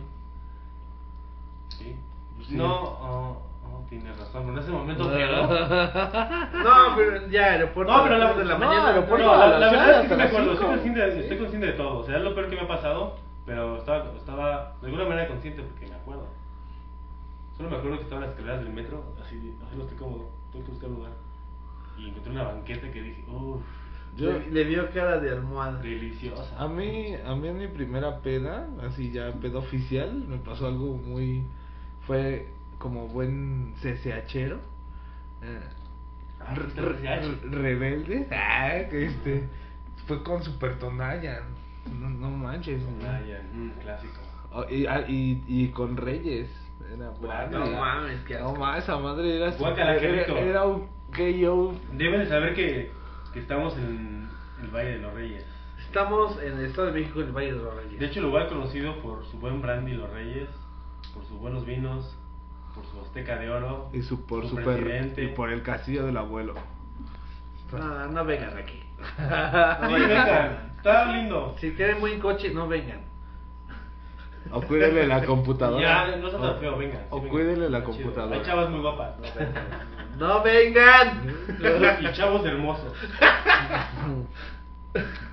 Speaker 2: Sí.
Speaker 5: Sí.
Speaker 2: No, oh, oh, tienes razón, pero en ese momento pedo.
Speaker 4: No, pero ya, aeropuerto.
Speaker 2: No, pero la,
Speaker 4: las dos de la
Speaker 2: no,
Speaker 4: mañana, aeropuerto.
Speaker 2: no, la,
Speaker 5: a
Speaker 2: la
Speaker 5: las
Speaker 2: verdad
Speaker 5: seis,
Speaker 2: es que sí me
Speaker 5: a las
Speaker 2: acuerdo, estoy
Speaker 5: cinco.
Speaker 2: consciente, de- estoy consciente de todo. O sea, es lo peor que me ha pasado, pero estaba, estaba de alguna manera consciente porque me acuerdo. Solo me acuerdo que estaba en las escaleras del metro, así, de, ay, no estoy cómodo, tengo que buscar un lugar. Y encontré una banqueta que dije, uff,
Speaker 5: Yo,
Speaker 4: Le, le vio cara de almohada.
Speaker 2: deliciosa.
Speaker 5: a mí, a mí en mi primera peda, así ya peda oficial, me pasó algo muy, fue como buen CCHero, eh,
Speaker 2: Ah,
Speaker 5: re-
Speaker 2: ¿usted
Speaker 5: re-
Speaker 2: CCH?
Speaker 5: rebelde, ah, que este, fue con Super Tonayan, no, no manches, ¿no?
Speaker 2: Ryan, mm, clásico.
Speaker 5: Oh, y, ah, y, y con Reyes. Era
Speaker 2: Guau,
Speaker 5: madre.
Speaker 4: no mames, qué asco.
Speaker 5: No mames, esa madre era,
Speaker 2: Guácala, qué
Speaker 5: era,
Speaker 2: rico.
Speaker 5: era un KO.
Speaker 2: Deben de saber que, que estamos en el Valle de los Reyes.
Speaker 4: Estamos en el Estado de México, en el Valle de los Reyes.
Speaker 2: De hecho, lugar conocido por su buen brandy Los Reyes, por sus buenos vinos, por su azteca de oro,
Speaker 5: Y su, por
Speaker 2: su
Speaker 5: super,
Speaker 2: presidente.
Speaker 5: y por el castillo del abuelo.
Speaker 4: no, no vengan aquí.
Speaker 2: Sí, venga, está lindo.
Speaker 4: Si tienen buen coche, no vengan.
Speaker 5: O cuídele la computadora.
Speaker 2: Ya, no está tan feo, venga. sí,
Speaker 5: O
Speaker 2: venga.
Speaker 5: cuídele la
Speaker 2: Está chido.
Speaker 5: computadora.
Speaker 2: Hay chavas muy guapas.
Speaker 4: ¡No vengan!
Speaker 2: y chavos hermosos.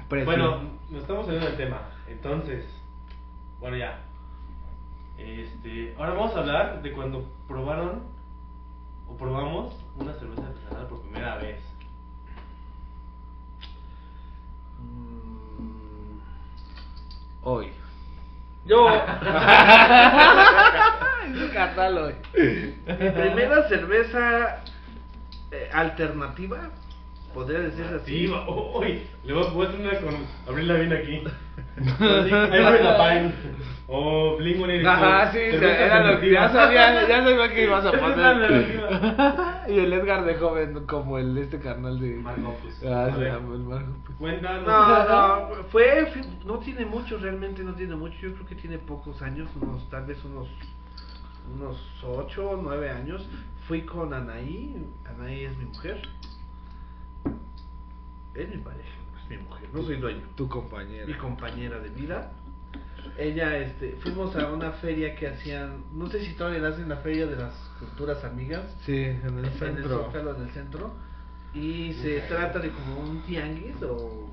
Speaker 5: Precio.
Speaker 2: Bueno, nos estamos saliendo del tema. Entonces, bueno, ya. Este, ahora vamos a hablar de cuando probaron o probamos una cerveza artesanal por primera vez.
Speaker 4: Mm,
Speaker 5: hoy.
Speaker 4: Yo,
Speaker 5: Es un carnal hoy.
Speaker 4: mi primera cerveza eh, alternativa, podría decirse
Speaker 2: Sí,
Speaker 4: así.
Speaker 2: va- uy, le voy a poner una con abrirla bien aquí. Every Lapine o Bling 182.
Speaker 5: Ajá, sí,
Speaker 2: Cerveza
Speaker 5: era lo que ya
Speaker 2: alternativa.
Speaker 5: sabía, ya sabía que ibas a
Speaker 2: Esa es la
Speaker 5: poner. y el Edgar de joven, como el este carnal de.
Speaker 2: Marco, pues.
Speaker 5: Ah,
Speaker 2: A
Speaker 5: sí,
Speaker 2: ver.
Speaker 5: el Marco. pues.
Speaker 2: Cuéntanos.
Speaker 4: No, no, fue, fue- no tiene mucho, realmente no tiene mucho. Yo creo que tiene pocos años, unos, tal vez unos, unos ocho o nueve años. Fui con Anaí, Anaí es mi mujer. Es mi pareja, es mi mujer, no soy dueño.
Speaker 5: Tu compañero.
Speaker 4: mi compañera de vida. Ella, este, fuimos a una feria que hacían, no sé si todavía la hacen la feria de las culturas amigas.
Speaker 5: Sí, en el
Speaker 4: En el
Speaker 5: centro.
Speaker 4: Zócalo, en el centro. Y se trata de como un tianguis o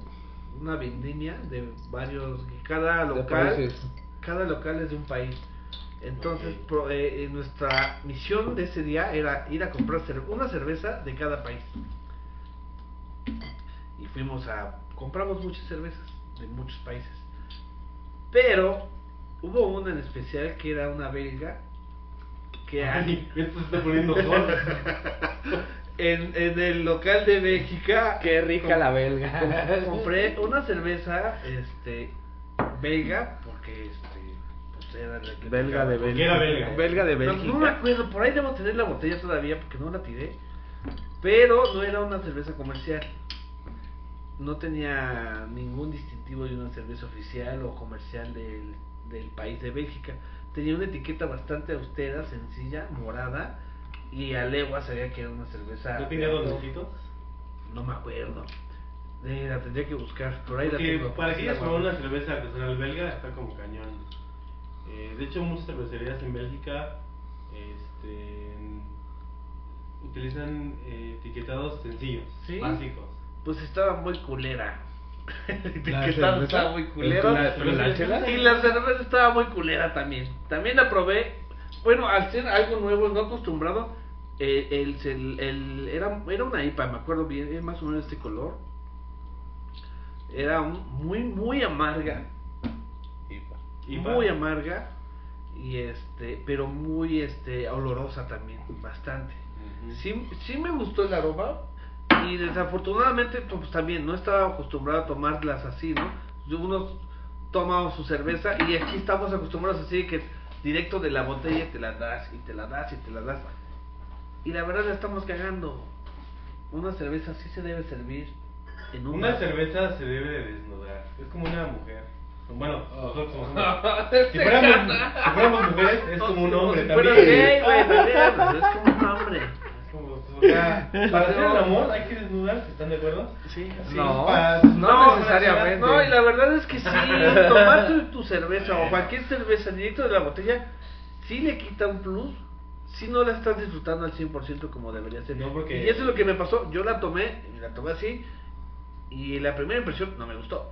Speaker 4: una vendimia de varios, cada
Speaker 5: De
Speaker 4: local,
Speaker 5: países.
Speaker 4: cada local es de un país. Entonces,
Speaker 2: Ok.
Speaker 4: pro- eh, eh, nuestra misión de ese día era ir a comprar cer- una cerveza de cada país. Y fuimos a, compramos muchas cervezas de muchos países. Pero hubo una en especial que era una belga que
Speaker 2: Ay, esto se está poniendo sol.
Speaker 4: en, en el local de México.
Speaker 5: Qué rica
Speaker 4: com-
Speaker 5: la belga.
Speaker 4: com- Compré una cerveza este belga porque este pues era la que
Speaker 5: Belga de
Speaker 2: Porque
Speaker 5: Bélgica.
Speaker 2: era belga.
Speaker 5: Belga de
Speaker 4: No,
Speaker 5: Bélgica.
Speaker 4: no me acuerdo, por ahí debo tener la botella todavía porque no la tiré. Pero no era una cerveza comercial. No tenía ningún distintivo de una cerveza oficial o comercial del, del país de Bélgica. Tenía una etiqueta bastante austera, sencilla, morada. Y a legua sabía que era una cerveza.
Speaker 2: ¿No tenía dos ojitos?
Speaker 4: No me acuerdo. Eh, la tendría que buscar. Por ahí la
Speaker 2: Porque
Speaker 4: tengo.
Speaker 2: para que ellas
Speaker 4: La
Speaker 2: probaron
Speaker 4: guardé.
Speaker 2: una cerveza artesanal belga está como cañón. Eh, de hecho, muchas cervecerías en Bélgica este, utilizan eh, etiquetados sencillos,
Speaker 4: Sí.
Speaker 2: básicos.
Speaker 4: Pues estaba muy culera. La etiqueta
Speaker 5: cerveza?
Speaker 4: estaba muy culera.
Speaker 5: ¿La- pero la chela?
Speaker 4: Y la cerveza estaba muy culera también. También la probé. Bueno, al ser algo nuevo, no acostumbrado, eh, el, el- el- era, era una IPA, me acuerdo bien, es más o menos este color. Era un- muy, muy amarga.
Speaker 2: Y
Speaker 4: Muy
Speaker 2: pa-
Speaker 4: amarga. Y este, pero muy este, olorosa también, bastante.
Speaker 2: Ujú.
Speaker 4: Sí, sí me gustó el aroma y desafortunadamente pues también no estaba acostumbrado a tomarlas así, ¿no? Uno toma su cerveza y aquí estamos acostumbrados así de que directo de la botella te la das y te la das y te la das. Y la verdad la estamos cagando. Una cerveza sí se debe servir en un
Speaker 2: Una
Speaker 4: vaso.
Speaker 2: cerveza se debe de desnudar. Es como una mujer. Bueno, nosotros somos hombres. Si
Speaker 4: Se
Speaker 2: fuéramos,
Speaker 4: gana.
Speaker 2: si fuéramos mujeres, es como un hombre
Speaker 4: Si fuera
Speaker 2: también.
Speaker 4: gay, güey, también, pues, es como un hombre.
Speaker 2: Es como, o sea, para hacer el amor hay que desnudarse, ¿están de acuerdo?
Speaker 4: Sí, sí.
Speaker 3: No,
Speaker 2: para-
Speaker 3: no
Speaker 2: no,
Speaker 3: necesariamente.
Speaker 4: No, y la verdad es que sí, tomar tu, tu cerveza o cualquier cerveza directo de la botella, sí le quita un plus, si no la estás disfrutando al 100% como debería ser.
Speaker 2: No, porque-
Speaker 4: Y eso es lo que me pasó, yo la tomé, y la tomé así, y la primera impresión no me gustó.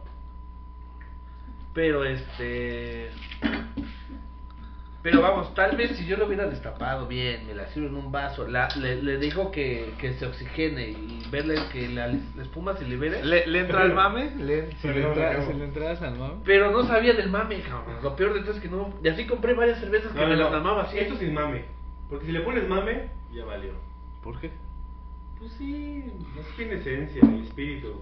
Speaker 4: Pero este... Pero vamos, tal vez si yo lo hubiera destapado bien, me la sirvo en un vaso, la- le, le digo que, que se oxigene y verle que la, la espuma se libere.
Speaker 3: ¿Le, le entra al mame? Le, si, le
Speaker 2: Perdón,
Speaker 3: entra-
Speaker 2: acabo.
Speaker 3: si le entras al mame.
Speaker 4: Pero no sabía del mame, cabrón. Lo peor de todo es que no. Y así compré varias cervezas que
Speaker 2: No,
Speaker 4: me
Speaker 2: no,
Speaker 4: las
Speaker 2: no.
Speaker 4: mamaba así.
Speaker 2: Esto sin mame. Porque si le pones mame, ya valió.
Speaker 3: ¿Por qué?
Speaker 2: Pues sí, no tiene esencia, el espíritu.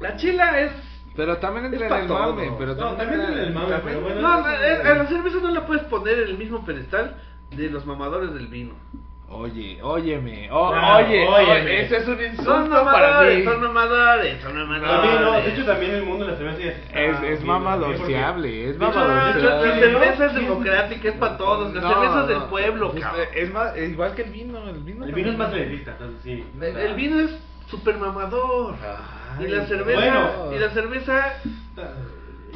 Speaker 4: La chila es.
Speaker 3: Pero también entra
Speaker 4: Es
Speaker 3: en el
Speaker 4: pa' todo.
Speaker 3: mame. Pero
Speaker 2: No, también
Speaker 3: entra-
Speaker 2: en el mame, pero bueno.
Speaker 4: No,
Speaker 2: eso
Speaker 4: a
Speaker 2: es-
Speaker 4: a la cerveza no la puedes poner en el mismo pedestal de los mamadores del vino.
Speaker 3: Oye, óyeme. o-
Speaker 2: Claro,
Speaker 3: oye,
Speaker 2: óyeme.
Speaker 3: oye, eso es un
Speaker 4: Son
Speaker 3: insulto para mí.
Speaker 4: mamadores, son mamadores, son
Speaker 2: Para mí no, de
Speaker 4: mamadores.
Speaker 2: hecho también el mundo de la cerveza ya se está
Speaker 3: Ah, eh. Es, es
Speaker 2: viendo,
Speaker 3: mamadorciable, es
Speaker 2: porque-
Speaker 4: No, no,
Speaker 2: Mamadores.
Speaker 4: La
Speaker 3: mamadorciable.
Speaker 4: cerveza es democrática, es para todos. La
Speaker 3: No,
Speaker 4: cerveza es del
Speaker 3: no,
Speaker 4: pueblo,
Speaker 3: es-
Speaker 4: cabrón.
Speaker 3: Es más, es igual que el vino. El vino,
Speaker 2: El vino es más
Speaker 3: también.
Speaker 2: elitista, entonces sí.
Speaker 4: El el vino es super mamador.
Speaker 3: Ay,
Speaker 4: Y la cerveza.
Speaker 2: bueno.
Speaker 4: Y la cerveza.
Speaker 2: Está-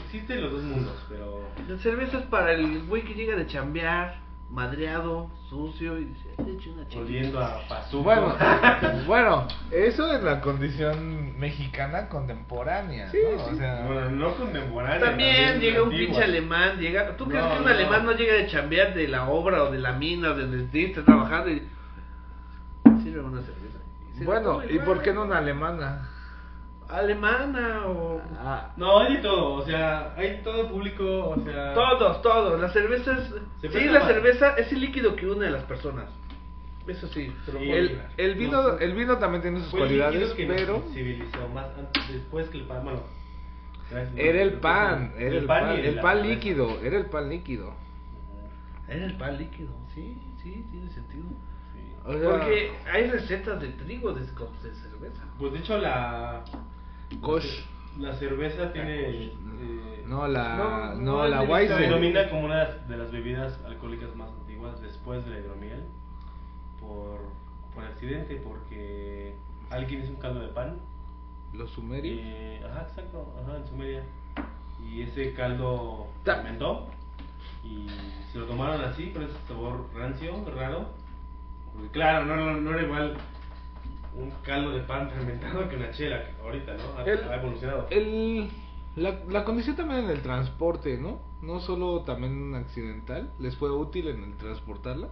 Speaker 2: Existen los dos mundos, pero.
Speaker 4: La cerveza es para el güey que llega de chambear, madreado, sucio y dice, "Ay, eche una chelita".
Speaker 2: Volviendo a Pazuco.
Speaker 3: Bueno, bueno, eso es la condición mexicana contemporánea.
Speaker 5: Sí,
Speaker 3: ¿no? O
Speaker 5: sí.
Speaker 3: sea,
Speaker 2: Bueno, no contemporáneo.
Speaker 4: También llega un
Speaker 2: antiguo.
Speaker 4: pinche alemán, llega... ¿Tú crees
Speaker 2: No,
Speaker 4: que un
Speaker 2: no.
Speaker 4: alemán no llega de chambear de la obra o de la mina o de donde esté, está trabajando y... Sirve una cerveza. Se la
Speaker 3: bueno,
Speaker 4: toma
Speaker 3: ¿y
Speaker 4: va.
Speaker 3: por qué no una alemana?
Speaker 4: Alemana o...
Speaker 3: Ah,
Speaker 2: No, hay de todo, o sea, hay todo público, o sea. pues,
Speaker 4: Todos, todos. La cerveza es...
Speaker 2: Se
Speaker 4: sí,
Speaker 2: presta
Speaker 4: la
Speaker 2: para-
Speaker 4: cerveza es el líquido que une a las personas. Eso sí.
Speaker 2: Se lo
Speaker 4: Y
Speaker 2: puedo
Speaker 4: el-
Speaker 2: librar.
Speaker 3: el vino, el vino también tiene sus
Speaker 2: Fue el
Speaker 3: cualidades,
Speaker 2: Pues líquido que nos
Speaker 3: pero
Speaker 2: civilizó más antes, después que el pan, bueno. gracias,
Speaker 3: era el
Speaker 2: ¿no?
Speaker 3: pan, era el pan,
Speaker 2: y
Speaker 3: el
Speaker 2: la
Speaker 3: pan
Speaker 2: cerveza.
Speaker 3: líquido, era el pan líquido.
Speaker 4: Era el pan líquido. Sí, sí, tiene sentido.
Speaker 2: Sí.
Speaker 3: O sea,
Speaker 4: Porque hay recetas de trigo de, de cerveza.
Speaker 2: Pues de hecho la
Speaker 3: Kosh.
Speaker 2: la cerveza tiene eh,
Speaker 3: No, la,
Speaker 4: No,
Speaker 3: no,
Speaker 2: no,
Speaker 3: la
Speaker 2: se
Speaker 3: Weizen.
Speaker 2: denomina como una de las bebidas alcohólicas más antiguas después de la hidromiel por por accidente porque alguien hizo un caldo de pan
Speaker 3: Los sumerios.
Speaker 2: Eh, ajá, exacto, ajá, en Sumeria. Y ese caldo
Speaker 3: Ta-
Speaker 2: fermentó y se lo tomaron así, con ese sabor rancio, raro. Porque claro, no, no, no era igual un caldo de pan fermentado que una chela que ahorita, ¿no? Ha,
Speaker 3: El-
Speaker 2: ha evolucionado.
Speaker 3: El, la, la condición también en el transporte, ¿no? No solo también accidental, les fue útil en el transportarla.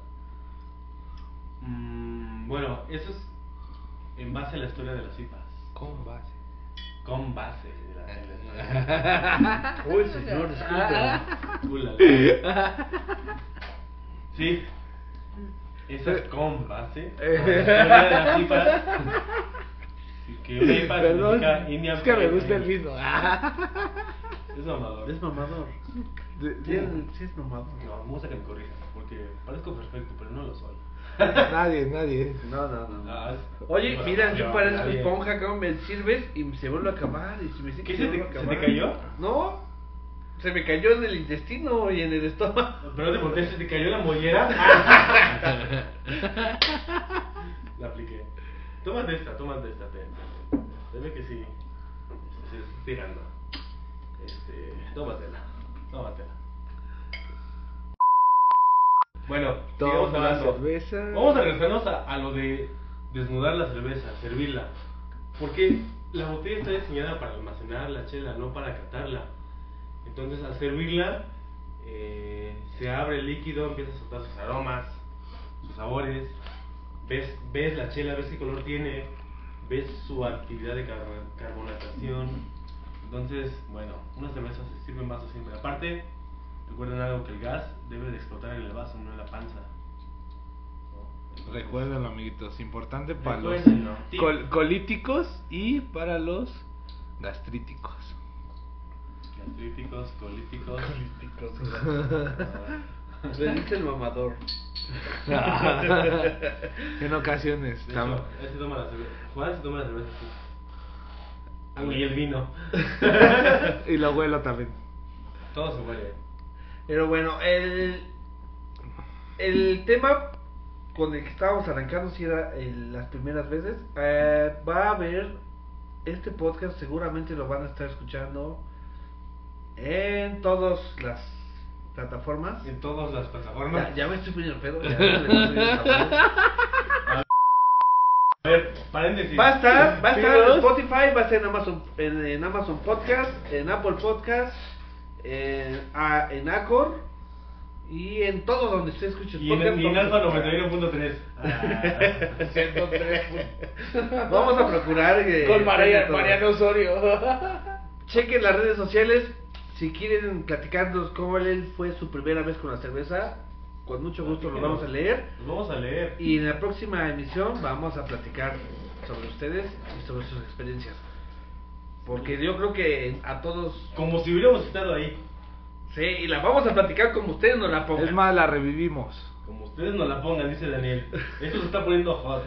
Speaker 2: Mm, bueno, eso es en base a la historia de las IPAs.
Speaker 3: Con base.
Speaker 2: Con base de la- de la-
Speaker 4: Uy, señor,
Speaker 2: Ah,
Speaker 4: disculpe.
Speaker 2: Ulala. Sí. Esa
Speaker 3: Eh.
Speaker 2: es con base. con la historia de las IPAs. Y que una IPA
Speaker 3: Perdón,
Speaker 2: significa Indian
Speaker 3: es que me
Speaker 2: Pale
Speaker 3: gusta el
Speaker 5: ¿eh?
Speaker 2: Ale.
Speaker 3: vino. Ah.
Speaker 2: Es mamador.
Speaker 4: Es mamador.
Speaker 3: De-
Speaker 4: Sí, es- sí es mamador.
Speaker 2: No, me gusta que me corrijas, porque parezco perfecto, pero no lo soy.
Speaker 3: nadie, nadie.
Speaker 4: No, no, no.
Speaker 2: Ah, es-
Speaker 4: Oye,
Speaker 2: bueno,
Speaker 4: mira, yo
Speaker 2: ya,
Speaker 4: parezco
Speaker 2: nadie.
Speaker 4: esponja, cabrón, me sirves y se vuelve a acabar. Y se me dice que
Speaker 2: ¿Qué se te,
Speaker 4: vuelve a
Speaker 2: se
Speaker 4: acabar.
Speaker 2: te cayó?
Speaker 4: No, se me cayó en el intestino y en el estómago.
Speaker 2: Pero te pregunté, ¿se te cayó la mollera? la apliqué. Tómate esta, tómate esta. Te, te- te ve que sí. Se está estirando. Este, tómatela, tómatela. Bueno, sigamos
Speaker 3: Toma
Speaker 2: hablando.
Speaker 3: cerveza.
Speaker 2: Vamos a regresarnos a, a lo de desnudar la cerveza, servirla. Porque la botella está diseñada para almacenar la chela, no para catarla. Entonces, al servirla, eh, se abre el líquido, empieza a soltar sus aromas, sus sabores. Ves, ves la chela, ves qué color tiene, ves su actividad de car- carbonatación. Entonces, bueno, una cerveza se sirve en vaso siempre. Aparte, recuerden algo que el gas debe de explotar en el vaso, no en la panza. ¿no?
Speaker 3: Recuérdenlo, amiguitos, importante para los
Speaker 2: Recuérdenlo.
Speaker 3: col- colíticos y para los gastríticos.
Speaker 2: Gastritis, colíticos.
Speaker 4: Políticos.
Speaker 2: ah,
Speaker 4: Le dice el mamador.
Speaker 3: en ocasiones.
Speaker 2: De
Speaker 3: tam-
Speaker 2: hecho, él se toma la cerveza. Juan se toma la cerveza así. Y el vino.
Speaker 3: y lo huelo también.
Speaker 2: Todo se huele.
Speaker 4: Pero bueno, el, el tema con el que estábamos arrancando, si era el- las primeras veces, eh, va a haber este podcast, seguramente lo van a estar escuchando en todas las plataformas.
Speaker 2: En todas las
Speaker 4: Ya,
Speaker 2: plataformas.
Speaker 4: ya me estoy poniendo pedo. ya me estoy poniendo pedo.
Speaker 2: A ver, paréntesis.
Speaker 4: va a estar, va a estar en
Speaker 3: Pedos.
Speaker 4: Spotify, va a estar en Amazon, en, en Amazon Podcast, en Apple Podcast, en, a- en Acor y en todo donde usted escuche
Speaker 2: Y en,
Speaker 4: podcast,
Speaker 2: y en
Speaker 4: vamos
Speaker 2: Alfa
Speaker 4: a procurar.
Speaker 2: 91.3. Ah.
Speaker 4: Vamos a procurar. eh,
Speaker 5: Con
Speaker 4: estar
Speaker 5: María,
Speaker 4: en todo.
Speaker 5: Mariano Osorio.
Speaker 4: Chequen las redes sociales. Si quieren platicarnos cómo él fue su primera vez con la cerveza, con mucho gusto lo vamos a leer.
Speaker 2: Los vamos a leer.
Speaker 4: Y en la próxima emisión vamos a platicar sobre ustedes y sobre sus experiencias. Porque yo creo que a todos.
Speaker 2: Como si hubiéramos estado ahí.
Speaker 4: Sí, y la vamos a platicar como ustedes nos la pongan.
Speaker 3: Es más, la revivimos.
Speaker 2: Como ustedes no la pongan, dice Daniel. Esto se está poniendo hot.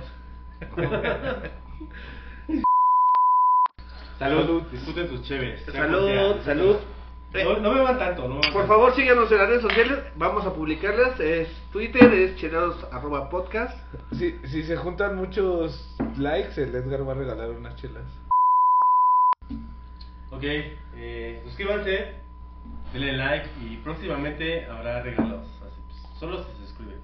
Speaker 2: salud, disfruten sus chéves.
Speaker 4: Salud, salud.
Speaker 2: No, no me van tanto, no me van
Speaker 4: Por
Speaker 2: tanto.
Speaker 4: favor, síganos en las redes sociales. Vamos a publicarlas. Es Twitter, es chelados arroba podcast.
Speaker 3: Si, si se juntan muchos likes, el Edgar va a regalar unas chelas.
Speaker 2: Ok, eh, suscríbanse, denle like y próximamente habrá regalos. Así, pues, solo si se suscriben.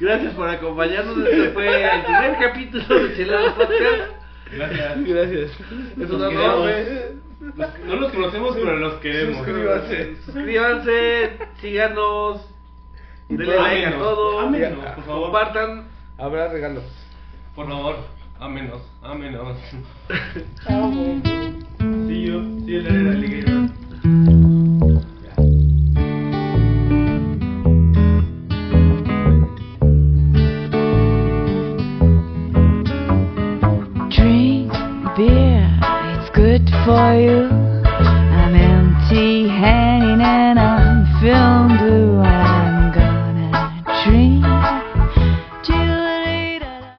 Speaker 4: Gracias por acompañarnos. Este fue el primer capítulo de Chelados Podcast.
Speaker 2: Gracias.
Speaker 3: Gracias.
Speaker 4: Es
Speaker 2: Los
Speaker 4: un honor.
Speaker 2: queremos. Los- no los conocemos, pero los queremos.
Speaker 5: Suscríbanse.
Speaker 4: Suscríbanse, síganos, denle like a
Speaker 2: Ámenos,
Speaker 4: todo,
Speaker 2: ámenos, por favor.
Speaker 4: compartan.
Speaker 3: Habrá regalos.
Speaker 2: Por favor, a menos, a menos. See you, see you later, alligator.
Speaker 1: Drink beer, it's good for you. I'm empty handed and I'm filled